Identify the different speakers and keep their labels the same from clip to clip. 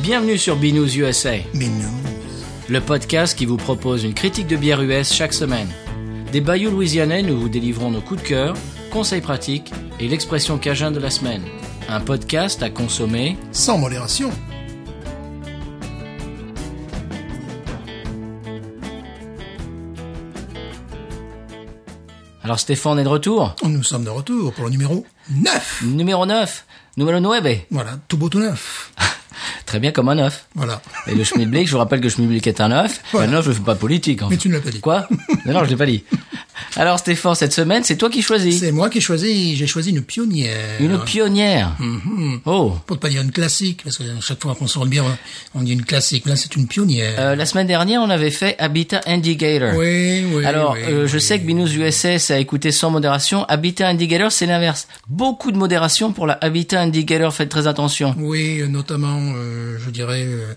Speaker 1: Bienvenue sur Binous USA,
Speaker 2: Mais non.
Speaker 1: le podcast qui vous propose une critique de bière US chaque semaine. Des bayous louisianais, nous vous délivrons nos coups de cœur, conseils pratiques et l'expression cajun de la semaine. Un podcast à consommer.
Speaker 2: Sans modération.
Speaker 1: Alors Stéphane est de retour.
Speaker 2: Nous sommes de retour pour le numéro 9.
Speaker 1: Numéro 9, numéro 9.
Speaker 2: Voilà, tout beau tout neuf.
Speaker 1: Très bien comme un œuf.
Speaker 2: Voilà.
Speaker 1: Et le Schmilblick, je vous rappelle que Schmilblick est un œuf.
Speaker 2: Voilà.
Speaker 1: Un œuf, je ne fais pas politique. en
Speaker 2: Mais
Speaker 1: fait.
Speaker 2: tu ne l'as pas dit.
Speaker 1: Quoi Non, non, je l'ai pas dit. Alors Stéphane, cette semaine, c'est toi qui choisis.
Speaker 2: C'est moi qui ai choisi, j'ai choisi une pionnière. Mhm.
Speaker 1: Une pionnière.
Speaker 2: Hmm.
Speaker 1: Oh.
Speaker 2: Pour ne pas dire une classique, parce que chaque fois qu'on sort une bière, on dit une classique. Là, c'est une pionnière.
Speaker 1: Euh, la semaine dernière, on avait fait Habitat Indicator.
Speaker 2: oui, oui.
Speaker 1: Alors,
Speaker 2: oui,
Speaker 1: euh, je
Speaker 2: oui.
Speaker 1: sais que Binous USS a écouté sans modération. Habitat Indicator, c'est l'inverse. Beaucoup de modération pour la Habitat Indicator. Faites très attention.
Speaker 2: Oui, euh, notamment, euh, je dirais, euh,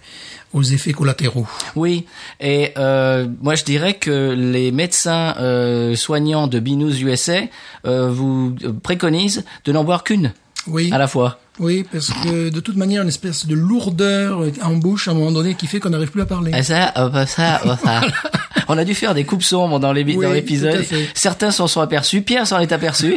Speaker 2: aux effets collatéraux.
Speaker 1: Oui. Et euh, moi, je dirais que les médecins euh, soignants de Binous USA euh, vous euh, préconisent de n'en boire qu'une
Speaker 2: Oui.
Speaker 1: à la fois.
Speaker 2: Oui, parce que de toute manière, une espèce de lourdeur euh, en bouche à un moment donné qui fait qu'on n'arrive plus à parler.
Speaker 1: Ah, ça, ah, bah, ça, ah, ça. On a dû faire des coupes sombres dans les- dans
Speaker 2: Oui, tout
Speaker 1: l'épisode.
Speaker 2: à fait.
Speaker 1: Certains s'en sont aperçus. Pierre s'en est aperçu.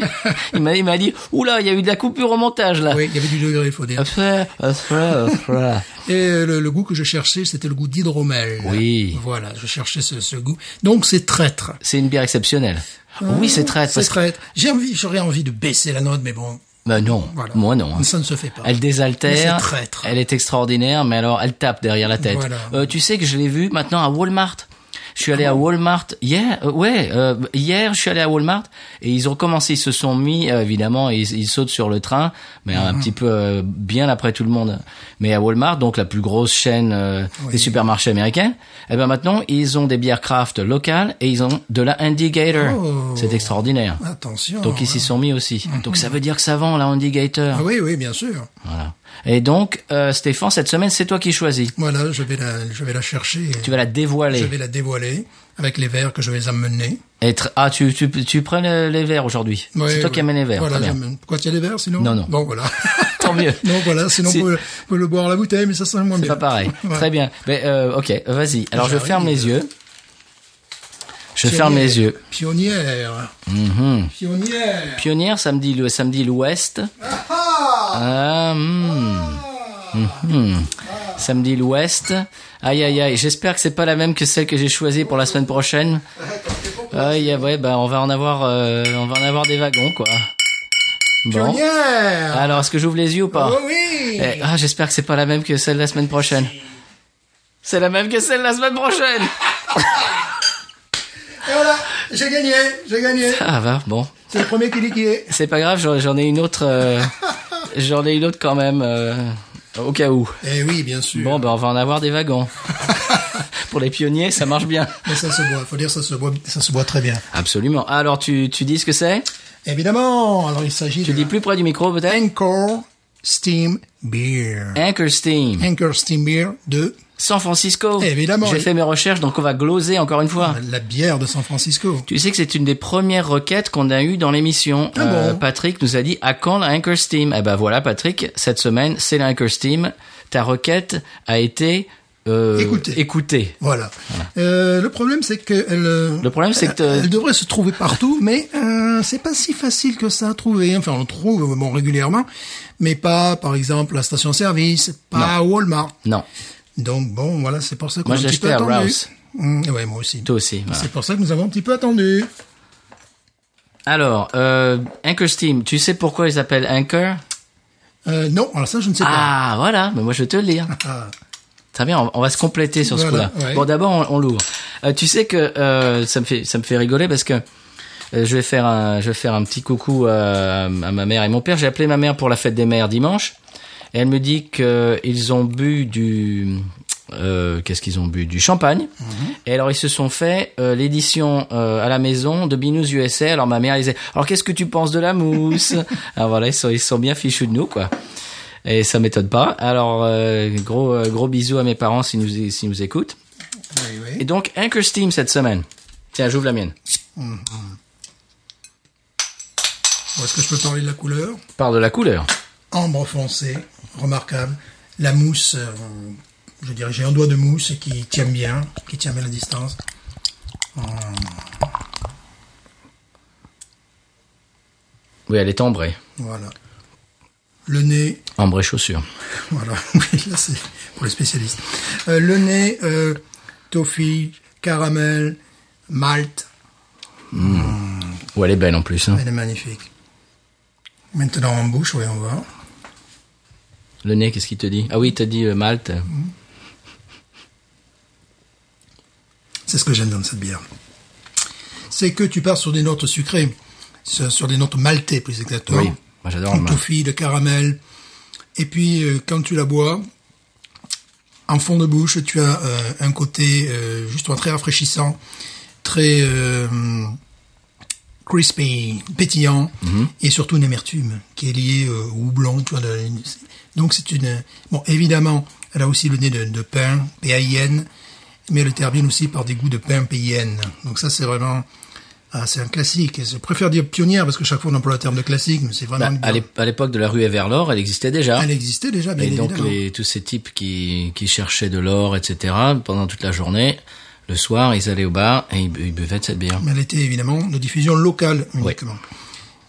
Speaker 1: il m'a il m'a dit, oula, il y a eu de la coupure au montage là.
Speaker 2: Oui, il y avait du degré, il faut dire.
Speaker 1: Ah, ça, ah, ça, ah, ça.
Speaker 2: Et euh, le, le goût que je cherchais, c'était le goût d'hydromel.
Speaker 1: Oui.
Speaker 2: Voilà, je cherchais ce, ce goût. Donc c'est traître.
Speaker 1: C'est une bière exceptionnelle. oui, c'est traître.
Speaker 2: C'est
Speaker 1: parce que-
Speaker 2: traître. J'ai envie, j'aurais envie de baisser la note, mais bon,
Speaker 1: Bah non,
Speaker 2: voilà.
Speaker 1: moi non. hein.
Speaker 2: Ça ne se fait pas.
Speaker 1: Elle
Speaker 2: Mais
Speaker 1: désaltère.
Speaker 2: c'est traître.
Speaker 1: Elle est extraordinaire, mais alors elle tape derrière la tête.
Speaker 2: Voilà. Ah.
Speaker 1: Euh, tu sais que je l'ai vue maintenant à Walmart. Je suis allé à Walmart hier, euh, ouais, euh, hier je suis allé à Walmart et ils ont commencé, ils se sont mis euh, évidemment, ils, ils sautent sur le train, mais un
Speaker 2: Mhm.
Speaker 1: petit peu euh, bien après tout le monde. Mais à Walmart, donc la plus grosse chaîne euh, des supermarchés américains, et ben maintenant ils ont des bières craft locales et ils ont de la Indicator.
Speaker 2: Oh. Mhm.
Speaker 1: C'est extraordinaire.
Speaker 2: Attention.
Speaker 1: Donc ils s'y sont mis aussi. Donc ça veut dire que ça vend la Indicator.
Speaker 2: Ah oui, oui, bien sûr.
Speaker 1: Voilà. Et donc, euh, Stéphane, cette semaine, c'est toi qui choisis.
Speaker 2: Voilà, je vais la, je vais la chercher.
Speaker 1: Tu vas la
Speaker 2: Je
Speaker 1: dévoiler.
Speaker 2: vais la dévoiler avec les verres que je vais amener.
Speaker 1: Être... Ah, tu, tu, tu prends le- les verres aujourd'hui.
Speaker 2: Ouais,
Speaker 1: c'est toi
Speaker 2: ouais.
Speaker 1: qui amènes les verres.
Speaker 2: Voilà,
Speaker 1: Très bien.
Speaker 2: j'amène. Pourquoi tu as les verres sinon
Speaker 1: Non, non.
Speaker 2: Bon, voilà.
Speaker 1: Tant mieux.
Speaker 2: non, voilà, sinon
Speaker 1: C'est-
Speaker 2: on peut, on peut le boire à la bouteille, mais ça sent moins
Speaker 1: C'est
Speaker 2: bien.
Speaker 1: pas pareil.
Speaker 2: Ouais.
Speaker 1: Très bien. Mais, euh, ok, vas-y. Alors, je
Speaker 2: J'arrive.
Speaker 1: ferme les yeux. Je
Speaker 2: Pionnière.
Speaker 1: ferme les yeux. Mhm.
Speaker 2: Pionnière. Pionnière.
Speaker 1: Pionnière, samedi, le samedi l'Ouest. Ah, hmm. Mhm. Samedi l'Ouest. Aïe aïe aïe. J'espère que c'est pas la même que celle que j'ai choisie pour la semaine prochaine. Aïe aïe, ouais, bah on va en avoir, euh, on va en avoir des wagons quoi. Bon.
Speaker 2: Pionnière.
Speaker 1: Alors est-ce que j'ouvre les yeux ou pas
Speaker 2: Oh oui
Speaker 1: Eh, Ah, j'espère que c'est pas la même que celle de la semaine prochaine. C'est la même que celle de la semaine prochaine.
Speaker 2: Et voilà, j'ai gagné, j'ai gagné.
Speaker 1: Ah va, bon.
Speaker 2: C'est le premier qui liquide.
Speaker 1: C'est pas grave, j'en j'en ai une autre. euh, j'en ai une autre quand même, euh, au cas où.
Speaker 2: Eh oui, bien sûr.
Speaker 1: Bon, ben on va en avoir des wagons. Pour les pionniers, ça marche bien.
Speaker 2: Mais ça se boit, faut dire ça se boit, ça se boit très bien.
Speaker 1: Absolument. Ah, Alors, tu, tu dis ce que c'est
Speaker 2: Évidemment, alors il s'agit
Speaker 1: Tu
Speaker 2: de
Speaker 1: dis plus près du micro, peut-être
Speaker 2: Anchor Steam Beer.
Speaker 1: Anchor Steam,
Speaker 2: Anchor Steam Beer de
Speaker 1: San Francisco.
Speaker 2: Évidemment,
Speaker 1: J'ai
Speaker 2: oui.
Speaker 1: fait mes recherches, donc on va gloser encore une fois.
Speaker 2: la bière de San Francisco.
Speaker 1: Tu sais que c'est une des premières requêtes qu'on a eues dans l'émission. Euh,
Speaker 2: Ah bon
Speaker 1: Patrick nous a dit à quand la Anchor Steam Eh ben voilà, Patrick, cette semaine, c'est la Anchor Steam. Ta requête a été euh,
Speaker 2: Écoutée.
Speaker 1: écoutée.
Speaker 2: Voilà. Euh, le problème, c'est que elle, euh,
Speaker 1: Le problème, c'est que
Speaker 2: elle,
Speaker 1: te-
Speaker 2: elle devrait se trouver partout, mais euh, c'est pas si facile que ça à trouver. Enfin, on le trouve bon régulièrement, mais pas, par exemple, à la station-service, pas à Walmart.
Speaker 1: Non,
Speaker 2: Donc bon, voilà, c'est pour ça qu'on
Speaker 1: Moi,
Speaker 2: a un
Speaker 1: je l'ai
Speaker 2: petit peu
Speaker 1: acheté à
Speaker 2: attendu.
Speaker 1: Rouse.
Speaker 2: Mm, ouais, moi aussi.
Speaker 1: toi aussi. voilà.
Speaker 2: C'est pour ça que nous avons un petit peu attendu.
Speaker 1: Alors, euh, Anchor Steam, tu sais pourquoi ils appellent Anchor
Speaker 2: Euh, non, alors ça, je ne sais
Speaker 1: Ah, voilà, mais moi je vais te le lire.
Speaker 2: pas. Ah,
Speaker 1: Très bien, on, on va se compléter sur
Speaker 2: Voilà,
Speaker 1: ce coup-là.
Speaker 2: ouais.
Speaker 1: Bon, d'abord, on, on l'ouvre. Euh, tu sais que euh, ça me fait ça me fait rigoler parce que euh, je vais faire un je vais faire un petit coucou euh, à ma mère et mon père. J'ai appelé ma mère pour la fête des mères dimanche et elle me dit que ils ont bu du euh, qu'est-ce qu'ils ont bu du champagne et alors ils se sont fait euh, l'édition euh, à la maison de Binous USA alors ma mère elle disait alors qu'est-ce que tu penses de la mousse alors voilà ils sont ils sont bien fichus de nous quoi et ça m'étonne pas. Alors, euh, gros, euh, gros bisous à mes parents s'ils nous, s'ils nous écoutent.
Speaker 2: oui,
Speaker 1: Et
Speaker 2: oui.
Speaker 1: donc, Anchor Steam cette semaine. Tiens, j'ouvre la mienne.
Speaker 2: Bon, Est-ce que je peux parler de la couleur
Speaker 1: Parle de la couleur.
Speaker 2: Ambre foncé, remarquable. la mousse, euh, je dirais, j'ai un doigt de mousse qui tient bien, qui tient bien la distance.
Speaker 1: Oui, elle est ambrée.
Speaker 2: Voilà. Le nez,
Speaker 1: Ambrée chaussure.
Speaker 2: Voilà, oui, là c'est pour les spécialistes. Euh, le nez, euh, toffee, caramel, malt,
Speaker 1: Ou elle est belle en plus. hein.
Speaker 2: elle est magnifique. Maintenant en bouche, voyons voir.
Speaker 1: Le nez, qu'est-ce qu'il te dit Ah oui, il t'a dit euh, Malte.
Speaker 2: C'est ce que j'aime dans cette bière. C'est que tu pars sur des notes sucrées, sur sur des notes maltées plus exactement.
Speaker 1: Oui, moi j'adore le
Speaker 2: le
Speaker 1: Malte.
Speaker 2: toffee, le caramel. Et puis euh, quand tu la bois, en fond de bouche, tu as euh, un côté euh, justement très rafraîchissant, très euh, crispy, pétillant,
Speaker 1: Mhm.
Speaker 2: et surtout une amertume qui est liée euh, au houblon. Tu vois, de- une- donc c'est une bon évidemment, elle a aussi le nez de, de pain, PAIN, mais elle termine aussi par des goûts de pain PIN. Donc ça c'est vraiment ah, c'est un classique. Je préfère dire pionnière parce que chaque fois on emploie le terme de classique, mais c'est vraiment
Speaker 1: Bah,
Speaker 2: une
Speaker 1: à
Speaker 2: bière-
Speaker 1: l'ép- à l'époque de la rue vers l'or, elle existait déjà.
Speaker 2: elle existait déjà, bien
Speaker 1: Et donc
Speaker 2: évidemment.
Speaker 1: les, tous ces types qui, qui cherchaient de l'or, etc., pendant toute la journée, le soir, ils allaient au bar et ils, bu- ils buvaient de cette bière.
Speaker 2: Mais elle était évidemment de diffusion locale uniquement.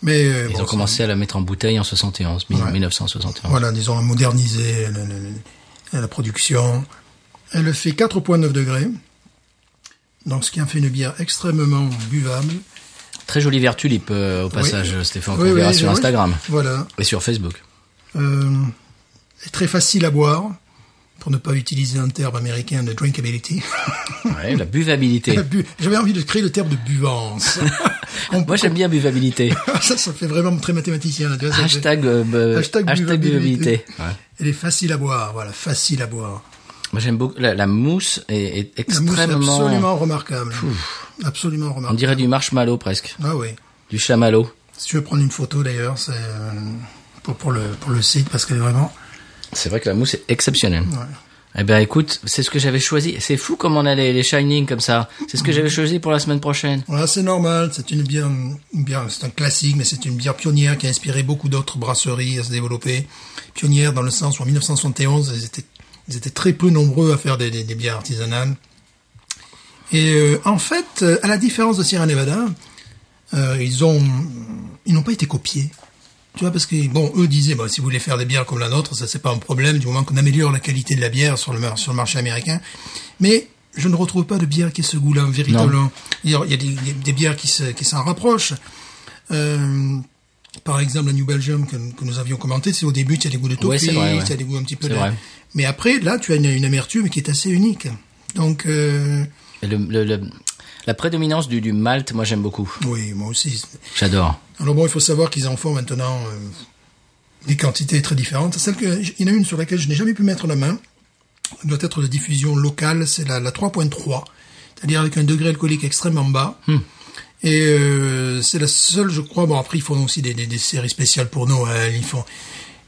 Speaker 2: Mais euh,
Speaker 1: Ils
Speaker 2: bon,
Speaker 1: ont
Speaker 2: ça-
Speaker 1: commencé à la mettre en bouteille en 71, mille-
Speaker 2: Ouais.
Speaker 1: 1971.
Speaker 2: Voilà, disons, à moderniser euh, le- le- le- la production. Elle fait 4,9 degrés. Donc, ce qui en fait une bière extrêmement buvable.
Speaker 1: Très jolie vert tulipe, euh, au passage, Stéphane, qu'on
Speaker 2: Oui,
Speaker 1: verra
Speaker 2: oui,
Speaker 1: sur
Speaker 2: oui.
Speaker 1: Instagram
Speaker 2: Voilà.
Speaker 1: et sur Facebook.
Speaker 2: Euh, est très facile à boire, pour ne pas utiliser un terme américain de drinkability.
Speaker 1: Ouais, la buvabilité.
Speaker 2: La bu- J'avais envie de créer le terme de buvance. On-
Speaker 1: Moi, j'aime bien buvabilité.
Speaker 2: ça, ça fait vraiment très mathématicien. là, tu vois, ça fait-
Speaker 1: Hashtag, euh, bu-
Speaker 2: Hashtag buvabilité.
Speaker 1: buvabilité. Ouais.
Speaker 2: Elle est facile à boire, voilà, facile à boire.
Speaker 1: Moi, j'aime beaucoup. La, la mousse est, est
Speaker 2: La mousse est
Speaker 1: extrêmement.
Speaker 2: absolument remarquable. Absolument
Speaker 1: On
Speaker 2: remarquable.
Speaker 1: dirait du marshmallow presque,
Speaker 2: Ah oui.
Speaker 1: du chamallow.
Speaker 2: Si tu veux prendre une photo d'ailleurs, c'est euh, pour, pour, le, pour le site parce qu'elle est vraiment.
Speaker 1: C'est vrai que la mousse est exceptionnelle. Eh ben écoute, c'est ce que j'avais choisi. C'est fou comme on a les, les Shining comme ça. C'est ce que j'avais choisi pour la semaine prochaine.
Speaker 2: Voilà, c'est normal, c'est une bière, une bière c'est un classique, mais c'est une bière pionnière qui a inspiré beaucoup d'autres brasseries à se développer. Pionnière dans le sens où en 1971, ils étaient, ils étaient très peu nombreux à faire des, des- des bières artisanales. Et euh, en fait, euh, à la différence de Sierra Nevada, euh, ils ont, ils n'ont pas été copiés. Tu vois, parce que bon, eux disaient, bah, si vous voulez faire des bières comme la nôtre, ça c'est pas un problème du moment qu'on améliore la qualité de la bière sur le, mar- sur le marché américain. Mais je ne retrouve pas de bière qui ait ce goût-là véritablement. Il y a il y a des, des- des bières qui se- qui s'en rapprochent. Euh, par exemple, la New Belgium que, que nous avions commenté, c'est au début, tu as des goûts de
Speaker 1: Ouais,
Speaker 2: toffee,
Speaker 1: c'est vrai, ouais.
Speaker 2: tu as des goûts un petit peu
Speaker 1: C'est
Speaker 2: de-
Speaker 1: vrai.
Speaker 2: Mais après, là, tu as une, une amertume qui est assez unique. Donc, euh,
Speaker 1: Et le- le- le- la prédominance du, du malt, moi j'aime beaucoup.
Speaker 2: oui, moi aussi.
Speaker 1: J'adore.
Speaker 2: Alors bon, il faut savoir qu'ils en font maintenant euh, des quantités très différentes. Celle que, il y en a une sur laquelle je n'ai jamais pu mettre la main. Elle doit être de diffusion locale, c'est la, la 3.3, c'est-à-dire avec un degré alcoolique extrêmement bas.
Speaker 1: Hmm.
Speaker 2: Et euh, c'est la seule, je crois. Bon, après ils font aussi des, des, des séries spéciales pour Noël. Ils font,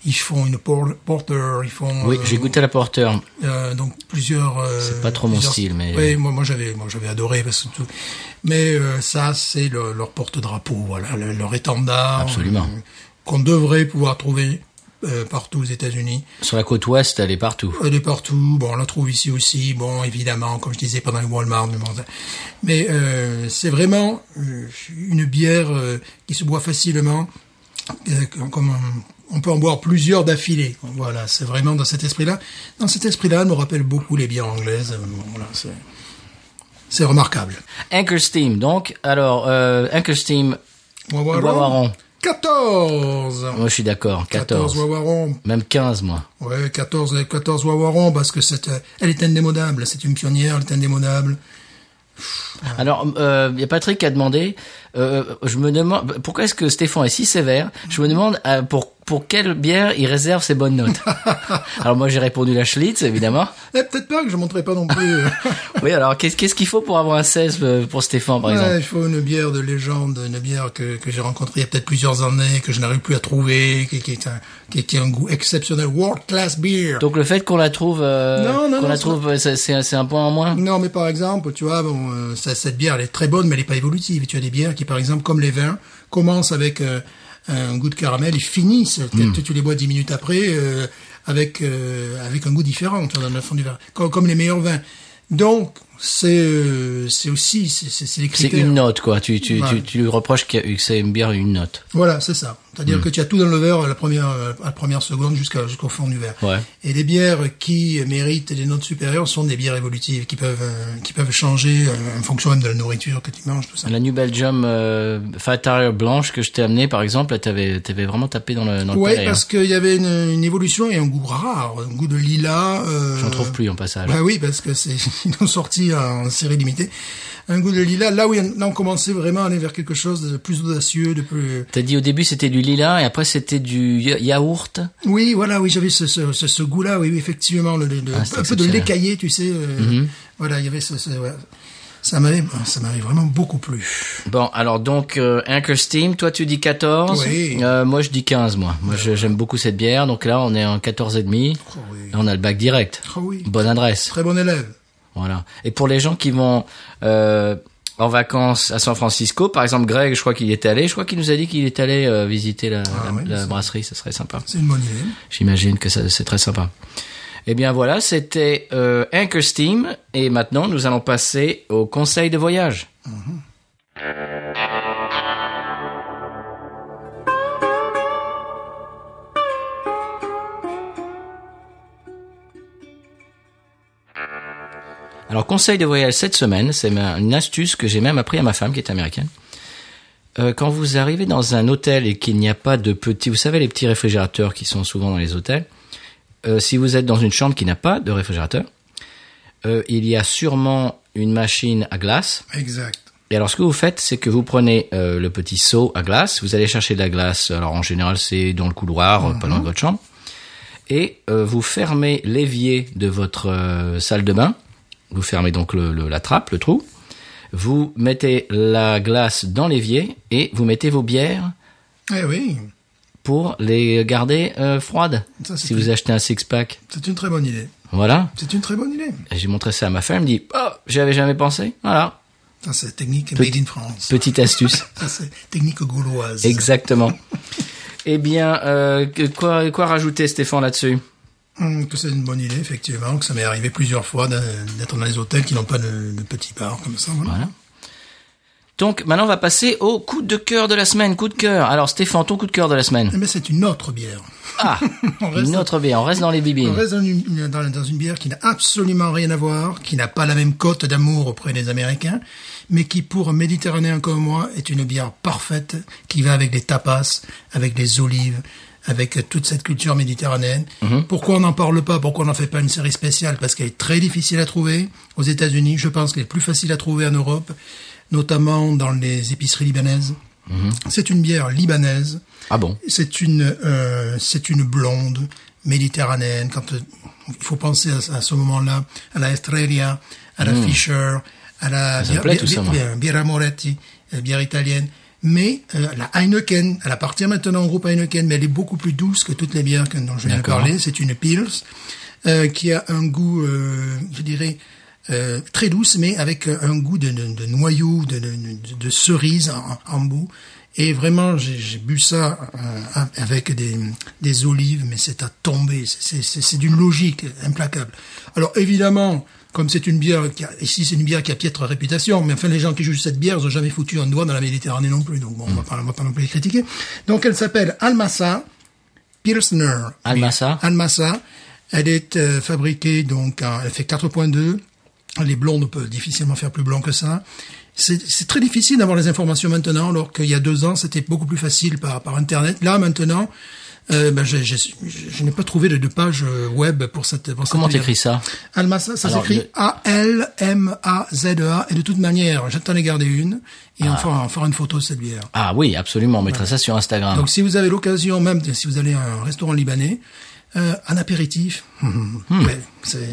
Speaker 2: ils font une por- porter, ils font.
Speaker 1: Oui,
Speaker 2: euh,
Speaker 1: j'ai goûté à la porteur.
Speaker 2: euh, donc plusieurs. euh,
Speaker 1: C'est pas trop mon
Speaker 2: plusieurs-
Speaker 1: style, mais- euh.
Speaker 2: Oui, moi, moi j'avais, moi j'avais adoré parce que tout. Mais euh, ça, c'est le- leur porte-drapeau, voilà, le- leur étendard.
Speaker 1: Absolument.
Speaker 2: euh, qu'on devrait pouvoir trouver euh, partout aux États-Unis.
Speaker 1: Sur la côte ouest, elle est partout.
Speaker 2: Elle est partout. Bon, on la trouve ici aussi. Bon, évidemment, comme je disais, pendant les Walmart. Mais, bon, ça- mais, euh, c'est vraiment euh, une bière euh, qui se boit facilement. euh, comme- comme on, on peut en boire plusieurs d'affilée. Voilà, c'est vraiment dans cet esprit-là. Dans cet esprit-là, elle me rappelle beaucoup les bières anglaises. Bon, voilà, c'est- c'est remarquable.
Speaker 1: Anchor Steam, donc. Alors, euh, Anchor Steam,
Speaker 2: Wawaron.
Speaker 1: Wawaron.
Speaker 2: 14
Speaker 1: moi je suis d'accord. 14.
Speaker 2: Wawaron.
Speaker 1: Même 15, moi.
Speaker 2: Ouais, 14, 14 Wawaron, parce que c'est, euh, elle est indémodable. C'est une pionnière, elle est indémodable.
Speaker 1: Alors, euh, y a Patrick qui a demandé. euh, je me demande pourquoi est-ce que Stéphane est si sévère. Je me demande euh, pour pour quelle bière il réserve ses bonnes notes. alors moi j'ai répondu la Schlitz évidemment.
Speaker 2: Eh, peut-être pas que je montrais pas non plus.
Speaker 1: Oui, alors qu'est-ce qu'est-ce qu'il faut pour avoir un 16 euh, pour Stéphane par
Speaker 2: Ouais,
Speaker 1: exemple
Speaker 2: il faut une bière de légende, une bière que, que j'ai rencontrée il y a peut-être plusieurs années, que je n'arrive plus à trouver, qui, qui est un, qui, qui a un goût exceptionnel. World class beer.
Speaker 1: Donc le fait qu'on la trouve, euh,
Speaker 2: Non, non,
Speaker 1: qu'on
Speaker 2: non,
Speaker 1: la
Speaker 2: c'est
Speaker 1: trouve, euh, c'est c'est un- c'est un point en moins.
Speaker 2: non, mais par exemple, tu vois, bon, euh, ça- cette bière, elle est très bonne, mais elle n'est pas évolutive. Et tu as des bières qui, par exemple, comme les vins,
Speaker 1: Hmm.
Speaker 2: commencent avec euh, un goût de caramel et finissent. Tu- Tu, les bois dix minutes après, euh, avec euh, avec un goût différent. Tu vois, dans le fond du verre, comme, comme les meilleurs vins. Donc c'est euh, c'est aussi c'est- c'est c'est les
Speaker 1: C'est
Speaker 2: critères.
Speaker 1: une note, quoi. Tu, tu,
Speaker 2: Ouais.
Speaker 1: tu, tu lui reproches qu'il y a- que c'est une bière une note.
Speaker 2: Voilà, c'est ça. C'est-à-dire
Speaker 1: Hmm.
Speaker 2: que tu as tout dans le verre à la première, euh, à la première seconde jusqu'à, jusqu'au fond du verre.
Speaker 1: Ouais.
Speaker 2: Et les bières qui méritent des notes supérieures sont des bières évolutives qui peuvent, euh, qui peuvent changer euh, en fonction même de la nourriture que tu manges, tout ça.
Speaker 1: La New Belgium euh, Fat Tire blanche que je t'ai amenée, par exemple, là, t'avais, t'avais vraiment tapé dans le, dans le
Speaker 2: Ouais,
Speaker 1: palais, hein.
Speaker 2: parce qu'il y avait une, une évolution et un goût rare, un goût de lilas. Euh,
Speaker 1: hein. J'en trouve plus en passage.
Speaker 2: Bah oui, parce que c'est ils ont sorti en série limitée un goût de lilas. Là où il y en- là on commençait vraiment à aller vers quelque chose de plus audacieux, de plus.
Speaker 1: T'as dit au début c'était du lilas et après c'était du ya- yaourt.
Speaker 2: Oui, voilà, oui, j'avais ce, ce, ce, ce goût-là, oui, oui, effectivement, le, le- le-
Speaker 1: Ah, c'est
Speaker 2: un peu de
Speaker 1: exceptionnel. Mhm.
Speaker 2: lait caillé, tu sais. euh, Voilà, il y avait ce, ce- ouais. ça m'avait, ça m'avait vraiment beaucoup plu.
Speaker 1: Bon, alors donc euh, Anchor Steam, toi tu dis 14,
Speaker 2: Oui.
Speaker 1: Euh, moi je dis 15 moi. Moi je- j'aime beaucoup cette bière, donc là on est en 14 et demi.
Speaker 2: Oh oui.
Speaker 1: Et on a le bac direct.
Speaker 2: Oh oui.
Speaker 1: Bonne adresse.
Speaker 2: Très bon élève.
Speaker 1: Voilà. Et pour les gens qui vont euh, en vacances à San Francisco, par exemple Greg, je crois qu'il y est allé, je crois qu'il nous a dit qu'il est allé euh, visiter la, la-
Speaker 2: Ah ouais,
Speaker 1: la
Speaker 2: c'est-
Speaker 1: brasserie, ça serait sympa.
Speaker 2: C'est une bonne idée.
Speaker 1: J'imagine que ça- c'est très sympa. Eh bien voilà, c'était euh, Anchor Steam et maintenant nous allons passer au conseil de voyage. Alors conseil de voyage cette semaine, c'est ma- une astuce que j'ai même appris à ma femme qui est américaine. Euh, quand vous arrivez dans un hôtel et qu'il n'y a pas de petits, vous savez les petits réfrigérateurs qui sont souvent dans les hôtels, euh, si vous êtes dans une chambre qui n'a pas de réfrigérateur, euh, il y a sûrement une machine à glace.
Speaker 2: Exact.
Speaker 1: Et alors ce que vous faites, c'est que vous prenez euh, le petit seau à glace, vous allez chercher de la glace. Alors en général, c'est dans le couloir, euh, pas loin de votre chambre, et euh, vous fermez l'évier de votre euh, salle de bain. Vous fermez donc le- le- la trappe, le trou. Vous mettez la glace dans l'évier et vous mettez vos bières
Speaker 2: Eh oui,
Speaker 1: pour les garder euh, froides.
Speaker 2: Ça, c'est
Speaker 1: si
Speaker 2: plus-
Speaker 1: vous achetez un six-pack,
Speaker 2: c'est une très bonne idée.
Speaker 1: voilà.
Speaker 2: C'est une très bonne idée.
Speaker 1: Et J'ai montré ça à ma femme, elle me dit Oh, j'avais jamais pensé. Voilà,
Speaker 2: Ça, c'est technique
Speaker 1: Petit-
Speaker 2: made in France.
Speaker 1: petite astuce.
Speaker 2: Ça, c'est technique gauloise.
Speaker 1: Exactement. eh bien, euh, que- quoi, quoi rajouter, Stéphane, là-dessus
Speaker 2: Hum, Que c'est une bonne idée, effectivement, que ça m'est arrivé plusieurs fois d'a- d'être dans les hôtels qui n'ont pas de, de petits bars comme ça. Voilà.
Speaker 1: Voilà. Donc, maintenant, on va passer au coup de cœur de la semaine. Coup de cœur. Alors, Stéphane, ton coup de cœur de la semaine.
Speaker 2: Mais Eh c'est une autre bière.
Speaker 1: Ah
Speaker 2: On reste-
Speaker 1: Une autre bière, on reste dans les
Speaker 2: On
Speaker 1: bibines.
Speaker 2: reste dans une, dans- dans une bière qui n'a absolument rien à voir, qui n'a pas la même cote d'amour auprès des Américains, mais qui, pour un Méditerranéen comme moi, est une bière parfaite, qui va avec les tapas, avec les olives, avec toute cette culture méditerranéenne. Pourquoi on n'en parle pas Pourquoi on n'en fait pas une série spéciale Parce qu'elle est très difficile à trouver aux États-Unis. Je pense qu'elle est plus facile à trouver en Europe, notamment dans les épiceries libanaises. C'est une bière libanaise.
Speaker 1: Ah bon
Speaker 2: C'est une, euh, c'est une blonde méditerranéenne. Quand euh, il faut penser à, à ce moment-là à la Estrella, à la Fisher, à la
Speaker 1: me plaît, tout Hmm. ça, moi.
Speaker 2: bière- bière Moretti, euh, bière italienne. Mais euh, la Heineken, elle appartient maintenant au groupe Heineken, mais elle est beaucoup plus douce que toutes les bières que- dont je viens de
Speaker 1: D'accord.
Speaker 2: parler. C'est une Pils euh, qui a un goût, euh, je dirais, euh, très douce, mais avec euh, un goût de, de, de noyau, de, de, de- de cerise en, en bout. Et vraiment, j'ai j'ai bu ça euh, avec des, des olives, mais c'est à tomber. C'est- c'est- C'est c'est d'une logique implacable. Alors évidemment, comme c'est une bière qui a, ici c'est une bière qui a piètre réputation, mais enfin les gens qui jugent cette bière, ils ont jamais foutu un doigt dans la Méditerranée non plus, donc bon, on va pas, on va pas non plus les critiquer. Donc elle s'appelle Almassa Pilsner.
Speaker 1: Almassa.
Speaker 2: Almassa. Elle est euh, fabriquée donc, en- elle fait 4.2. Les blondes peuvent difficilement faire plus blanc que ça. C'est c'est très difficile d'avoir les informations maintenant, alors qu'il y a deux ans c'était beaucoup plus facile par par internet. Là maintenant, euh, ben, j'ai- j'ai- je je n'ai pas trouvé de, de page euh, web pour cette. Pour
Speaker 1: Comment
Speaker 2: cette-
Speaker 1: t'écris ça
Speaker 2: Almasa, ça
Speaker 1: Alors,
Speaker 2: s'écrit
Speaker 1: le-
Speaker 2: A-L-M-A-Z-E-A. E Et de toute manière, je t'en ai gardé une. Et on, fera, on fera une photo de cette bière.
Speaker 1: Ah oui, absolument, on mettra ça sur Instagram.
Speaker 2: Donc si vous avez l'occasion, même si vous allez à un restaurant libanais, euh, un apéritif,
Speaker 1: Hmm.
Speaker 2: ouais, c'est,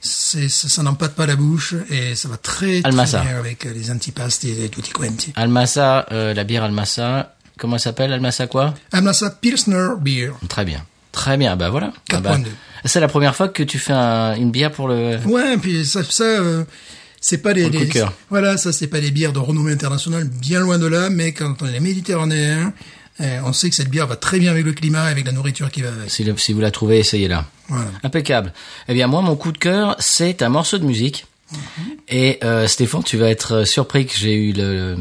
Speaker 2: c'est, ça, ça n'empâte pas la bouche et ça va très, très
Speaker 1: Almasa.
Speaker 2: bien avec euh, les antipastes et les tutti quanti.
Speaker 1: Almassa, euh, la bière Almassa, comment elle s'appelle Almassa quoi
Speaker 2: Almasa Pilsner Beer.
Speaker 1: Très bien. Très bien, bah voilà. Ah bah,
Speaker 2: 4.2.
Speaker 1: c'est la première fois que tu fais un- une bière pour le...
Speaker 2: Ouais, puis ça, ça euh, c'est pas des,
Speaker 1: Pour le coup de
Speaker 2: des-
Speaker 1: cœur.
Speaker 2: voilà, ça c'est pas des bières de renommée internationale, bien loin de là, mais quand on est méditerranéen, Euh, on sait que cette bière va très bien avec le climat, et avec la nourriture qui va avec.
Speaker 1: Si, le- si vous la trouvez, essayez-la.
Speaker 2: Voilà.
Speaker 1: Impeccable. Eh bien, moi, mon coup de cœur, c'est un morceau de musique. Et euh, Stéphane, tu vas être euh, surpris que j'ai eu le,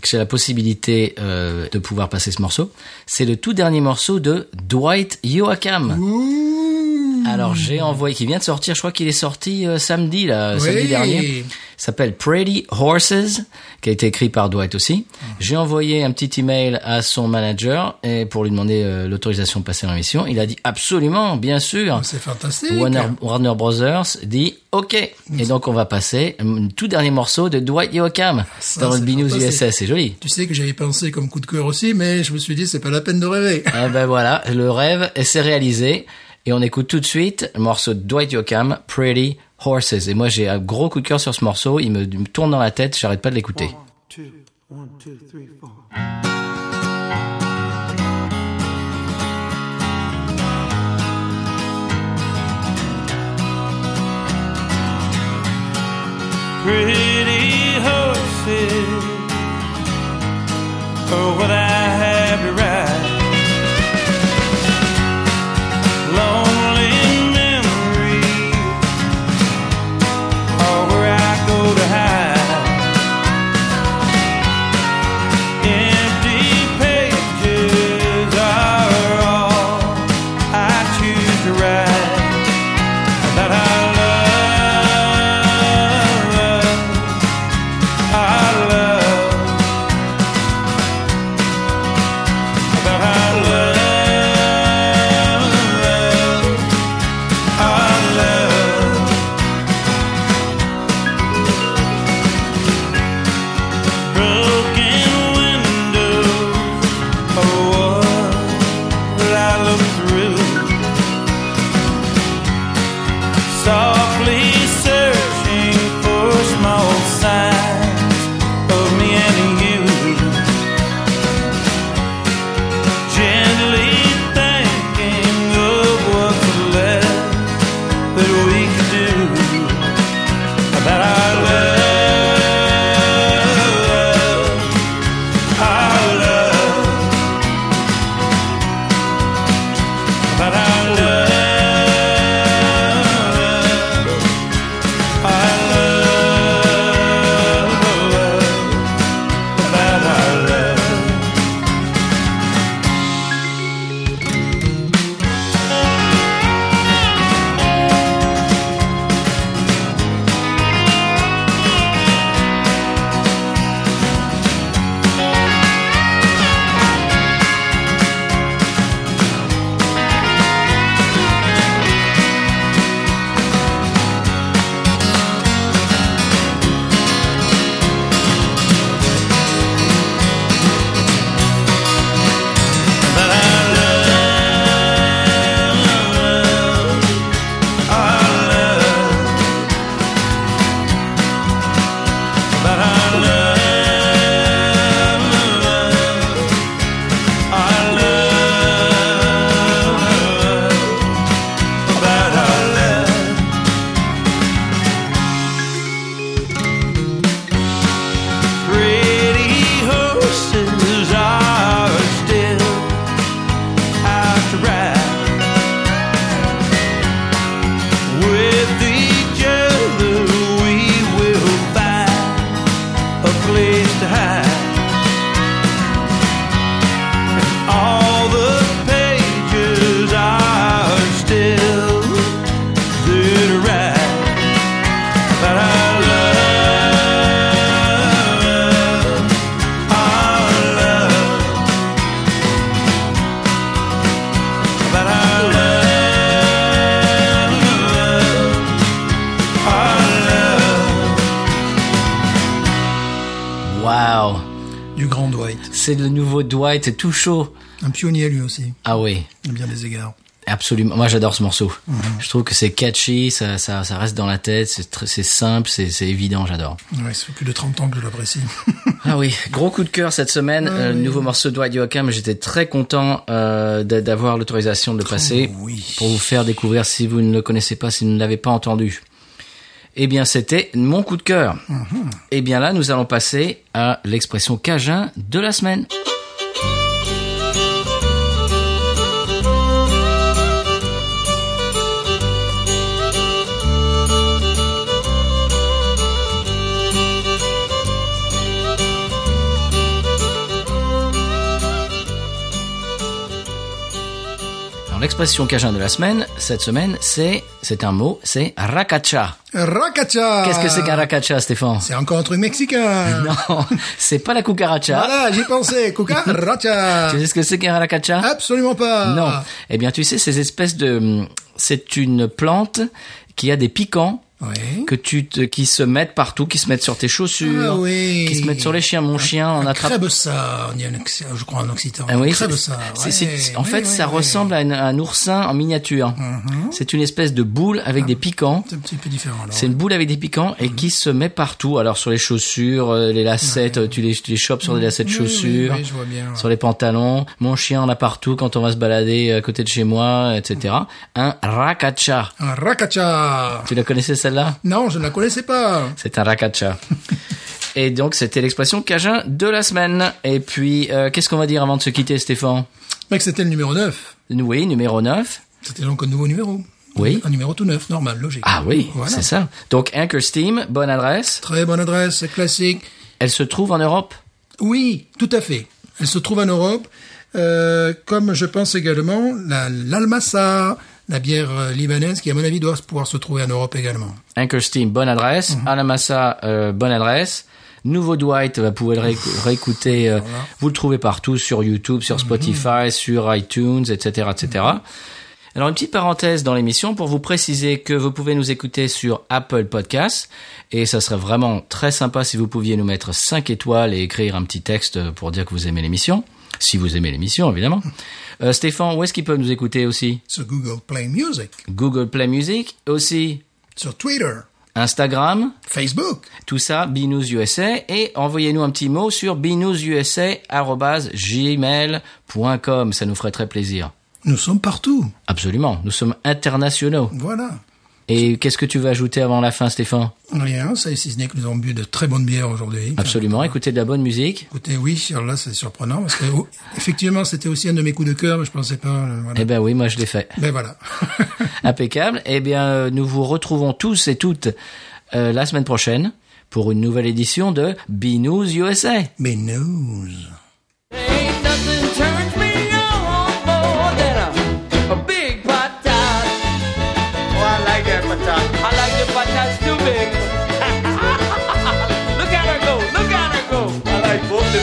Speaker 1: que j'ai la possibilité euh, de pouvoir passer ce morceau. C'est le tout dernier morceau de Dwight Yoakam. Alors j'ai envoyé, qui vient de sortir, je crois qu'il est sorti euh, samedi là, samedi
Speaker 2: Oui.
Speaker 1: dernier. Il s'appelle Pretty Horses, qui a été écrit par Dwight aussi. J'ai envoyé un petit email à son manager et pour lui demander euh, l'autorisation de passer dans l'émission. Il a dit absolument, bien sûr.
Speaker 2: C'est fantastique.
Speaker 1: Warner, Warner Brothers dit OK. Et donc on va passer euh, le tout dernier morceau de Dwight Yoakam
Speaker 2: Ah, Ça,
Speaker 1: dans le
Speaker 2: c'est
Speaker 1: BNews
Speaker 2: fantastique.
Speaker 1: USS. C'est joli.
Speaker 2: Tu sais que j'avais pensé comme coup de cœur aussi, mais je me suis dit c'est pas la peine de rêver.
Speaker 1: Eh ben voilà, le rêve et c'est réalisé. Et on écoute tout de suite le morceau de Dwight Yoakam, Pretty Horses. Et moi j'ai un gros coup de cœur sur ce morceau. Il me, il me tourne dans la tête, j'arrête pas de l'écouter.
Speaker 3: One, two, one, two, three, four. Pretty horses Oh, would I have you ride Lonely memories Are where I go to hide Empty pages are all I choose to write that I love, I love, that I love, I love. broken windows. Oh, what will I look through? Softly searching for small signs of me and you. Gently thinking of what's left that we could do that I love, I love, that I love, I love, that I love. Pretty horses are still out to ride with each other. We will find a place to hide. All the pages are still there to write. But I love, I love. But I love, I love.
Speaker 1: Waouh
Speaker 2: Du grand Dwight.
Speaker 1: C'est le nouveau Dwight, c'est tout chaud.
Speaker 2: Un pionnier lui aussi,
Speaker 1: Ah oui.
Speaker 2: à bien des égards.
Speaker 1: Absolument. Moi, j'adore ce morceau. Je trouve que c'est catchy, ça, ça, ça reste dans la tête, c'est très- c'est simple, c'est c'est évident, j'adore.
Speaker 2: Ouais, ça fait plus de 30 ans que je l'apprécie.
Speaker 1: Ah oui, gros coup de cœur cette semaine. Euh, le nouveau morceau de Dwight Yoakam, j'étais très content euh, d'a- d'avoir l'autorisation de le passer
Speaker 2: oui.
Speaker 1: pour vous faire découvrir si vous ne le connaissez pas, si vous ne l'avez pas entendu. Eh bien, c'était mon coup de cœur. Eh bien là, nous allons passer à l'expression cajun de la semaine. l'expression cajun de la semaine, cette semaine, c'est, c'est un mot, c'est racacha.
Speaker 2: Racacha
Speaker 1: Qu'est-ce que c'est qu'un racacha, Stéphane
Speaker 2: Ah. C'est encore un truc mexicain
Speaker 1: Non, c'est pas la cucaracha.
Speaker 2: Voilà, j'y pensais, cucaracha
Speaker 1: Tu sais ce que c'est qu'un racacha
Speaker 2: Absolument pas
Speaker 1: Non. Eh bien, tu sais, ces espèces de... C'est une plante qui a des piquants
Speaker 2: Oui.
Speaker 1: que tu te, qui se mettent partout, qui se mettent sur tes chaussures,
Speaker 2: Ah oui. Ah,
Speaker 1: qui se mettent sur les chiens. Mon chien, on
Speaker 2: Un
Speaker 1: attrape.
Speaker 2: crèbe-sard, il y a un occ- je crois en occitan.
Speaker 1: Ah oui, c'est-
Speaker 2: crèbe-sard,
Speaker 1: c'est- c'est-
Speaker 2: ouais,
Speaker 1: en
Speaker 2: ouais,
Speaker 1: fait,
Speaker 2: ouais,
Speaker 1: ça
Speaker 2: ouais. Mm-hmm.
Speaker 1: ressemble à, une- à un oursin en miniature. C'est une espèce de boule avec des piquants.
Speaker 2: C'est un petit peu différent, alors.
Speaker 1: C'est une boule avec des piquants
Speaker 2: Mhm.
Speaker 1: et qui se met partout. Alors sur les chaussures, euh, les lacettes, euh, tu les, tu les chopes sur les lacettes
Speaker 2: Oui,
Speaker 1: chaussures,
Speaker 2: oui, oui, je vois bien, ouais.
Speaker 1: sur les pantalons. Mon chien en a partout quand on va se balader euh, à côté de chez moi, etc. Un racacha.
Speaker 2: Un racacha
Speaker 1: Tu la connaissais celle-là
Speaker 2: Non, je ne la connaissais pas.
Speaker 1: C'est un racacha. Et donc, c'était l'expression cajun de la semaine. Et puis, euh, qu'est-ce qu'on va dire avant de se quitter, Stéphane
Speaker 2: Mec, c'était le numéro 9.
Speaker 1: Oui, numéro 9.
Speaker 2: C'était donc un nouveau numéro.
Speaker 1: Oui.
Speaker 2: Un numéro tout neuf, normal, logique.
Speaker 1: Ah oui,
Speaker 2: Euh, Voilà.
Speaker 1: c'est ça. Donc, Anchor Steam, bonne adresse.
Speaker 2: Très bonne adresse, c'est classique.
Speaker 1: Elle se trouve en Europe
Speaker 2: Oui, tout à fait. Elle se trouve en Europe, euh, comme je pense également la- l'Almassa, la bière euh, libanaise, qui à mon avis doit pouvoir se trouver en Europe également.
Speaker 1: Anchor Steam, bonne adresse. Alamassa, euh, bonne adresse. Nouveau Dwight, vous pouvez le rééc- réécouter. euh, Vous le trouvez partout sur YouTube, sur Spotify, sur iTunes, etc., etc. Alors une petite parenthèse dans l'émission pour vous préciser que vous pouvez nous écouter sur Apple Podcasts et ça serait vraiment très sympa si vous pouviez nous mettre 5 étoiles et écrire un petit texte pour dire que vous aimez l'émission, si vous aimez l'émission évidemment. Euh, Stéphane, où est-ce qu'ils peuvent nous écouter aussi
Speaker 2: Sur Google Play Music,
Speaker 1: Google Play Music, aussi
Speaker 2: sur Twitter,
Speaker 1: Instagram,
Speaker 2: Facebook.
Speaker 1: tout ça, Binous USA, et envoyez-nous un petit mot sur binoususa.gmail.com, ça nous ferait très plaisir.
Speaker 2: Nous sommes partout.
Speaker 1: Absolument, nous sommes internationaux.
Speaker 2: Voilà.
Speaker 1: Et qu'est-ce que tu veux ajouter avant la fin, Stéphane
Speaker 2: Rien, ça, si ce n'est que nous avons bu de très bonnes bières aujourd'hui.
Speaker 1: Absolument, écoutez de la bonne musique.
Speaker 2: Écoutez, oui, alors là, c'est surprenant, parce que oh, effectivement, c'était aussi un de mes coups de cœur, mais je pensais pas. euh, voilà.
Speaker 1: Eh ben oui, moi je l'ai fait.
Speaker 2: Ben voilà.
Speaker 1: Impeccable. Eh bien, euh, nous vous retrouvons tous et toutes euh, la semaine prochaine pour une nouvelle édition de Binous USA.
Speaker 2: mais news.
Speaker 4: Ain't nothing turns me on more than a, a big patat. Oh, I like that patat. I like the patats too big. look at her go, look at her go. I like both the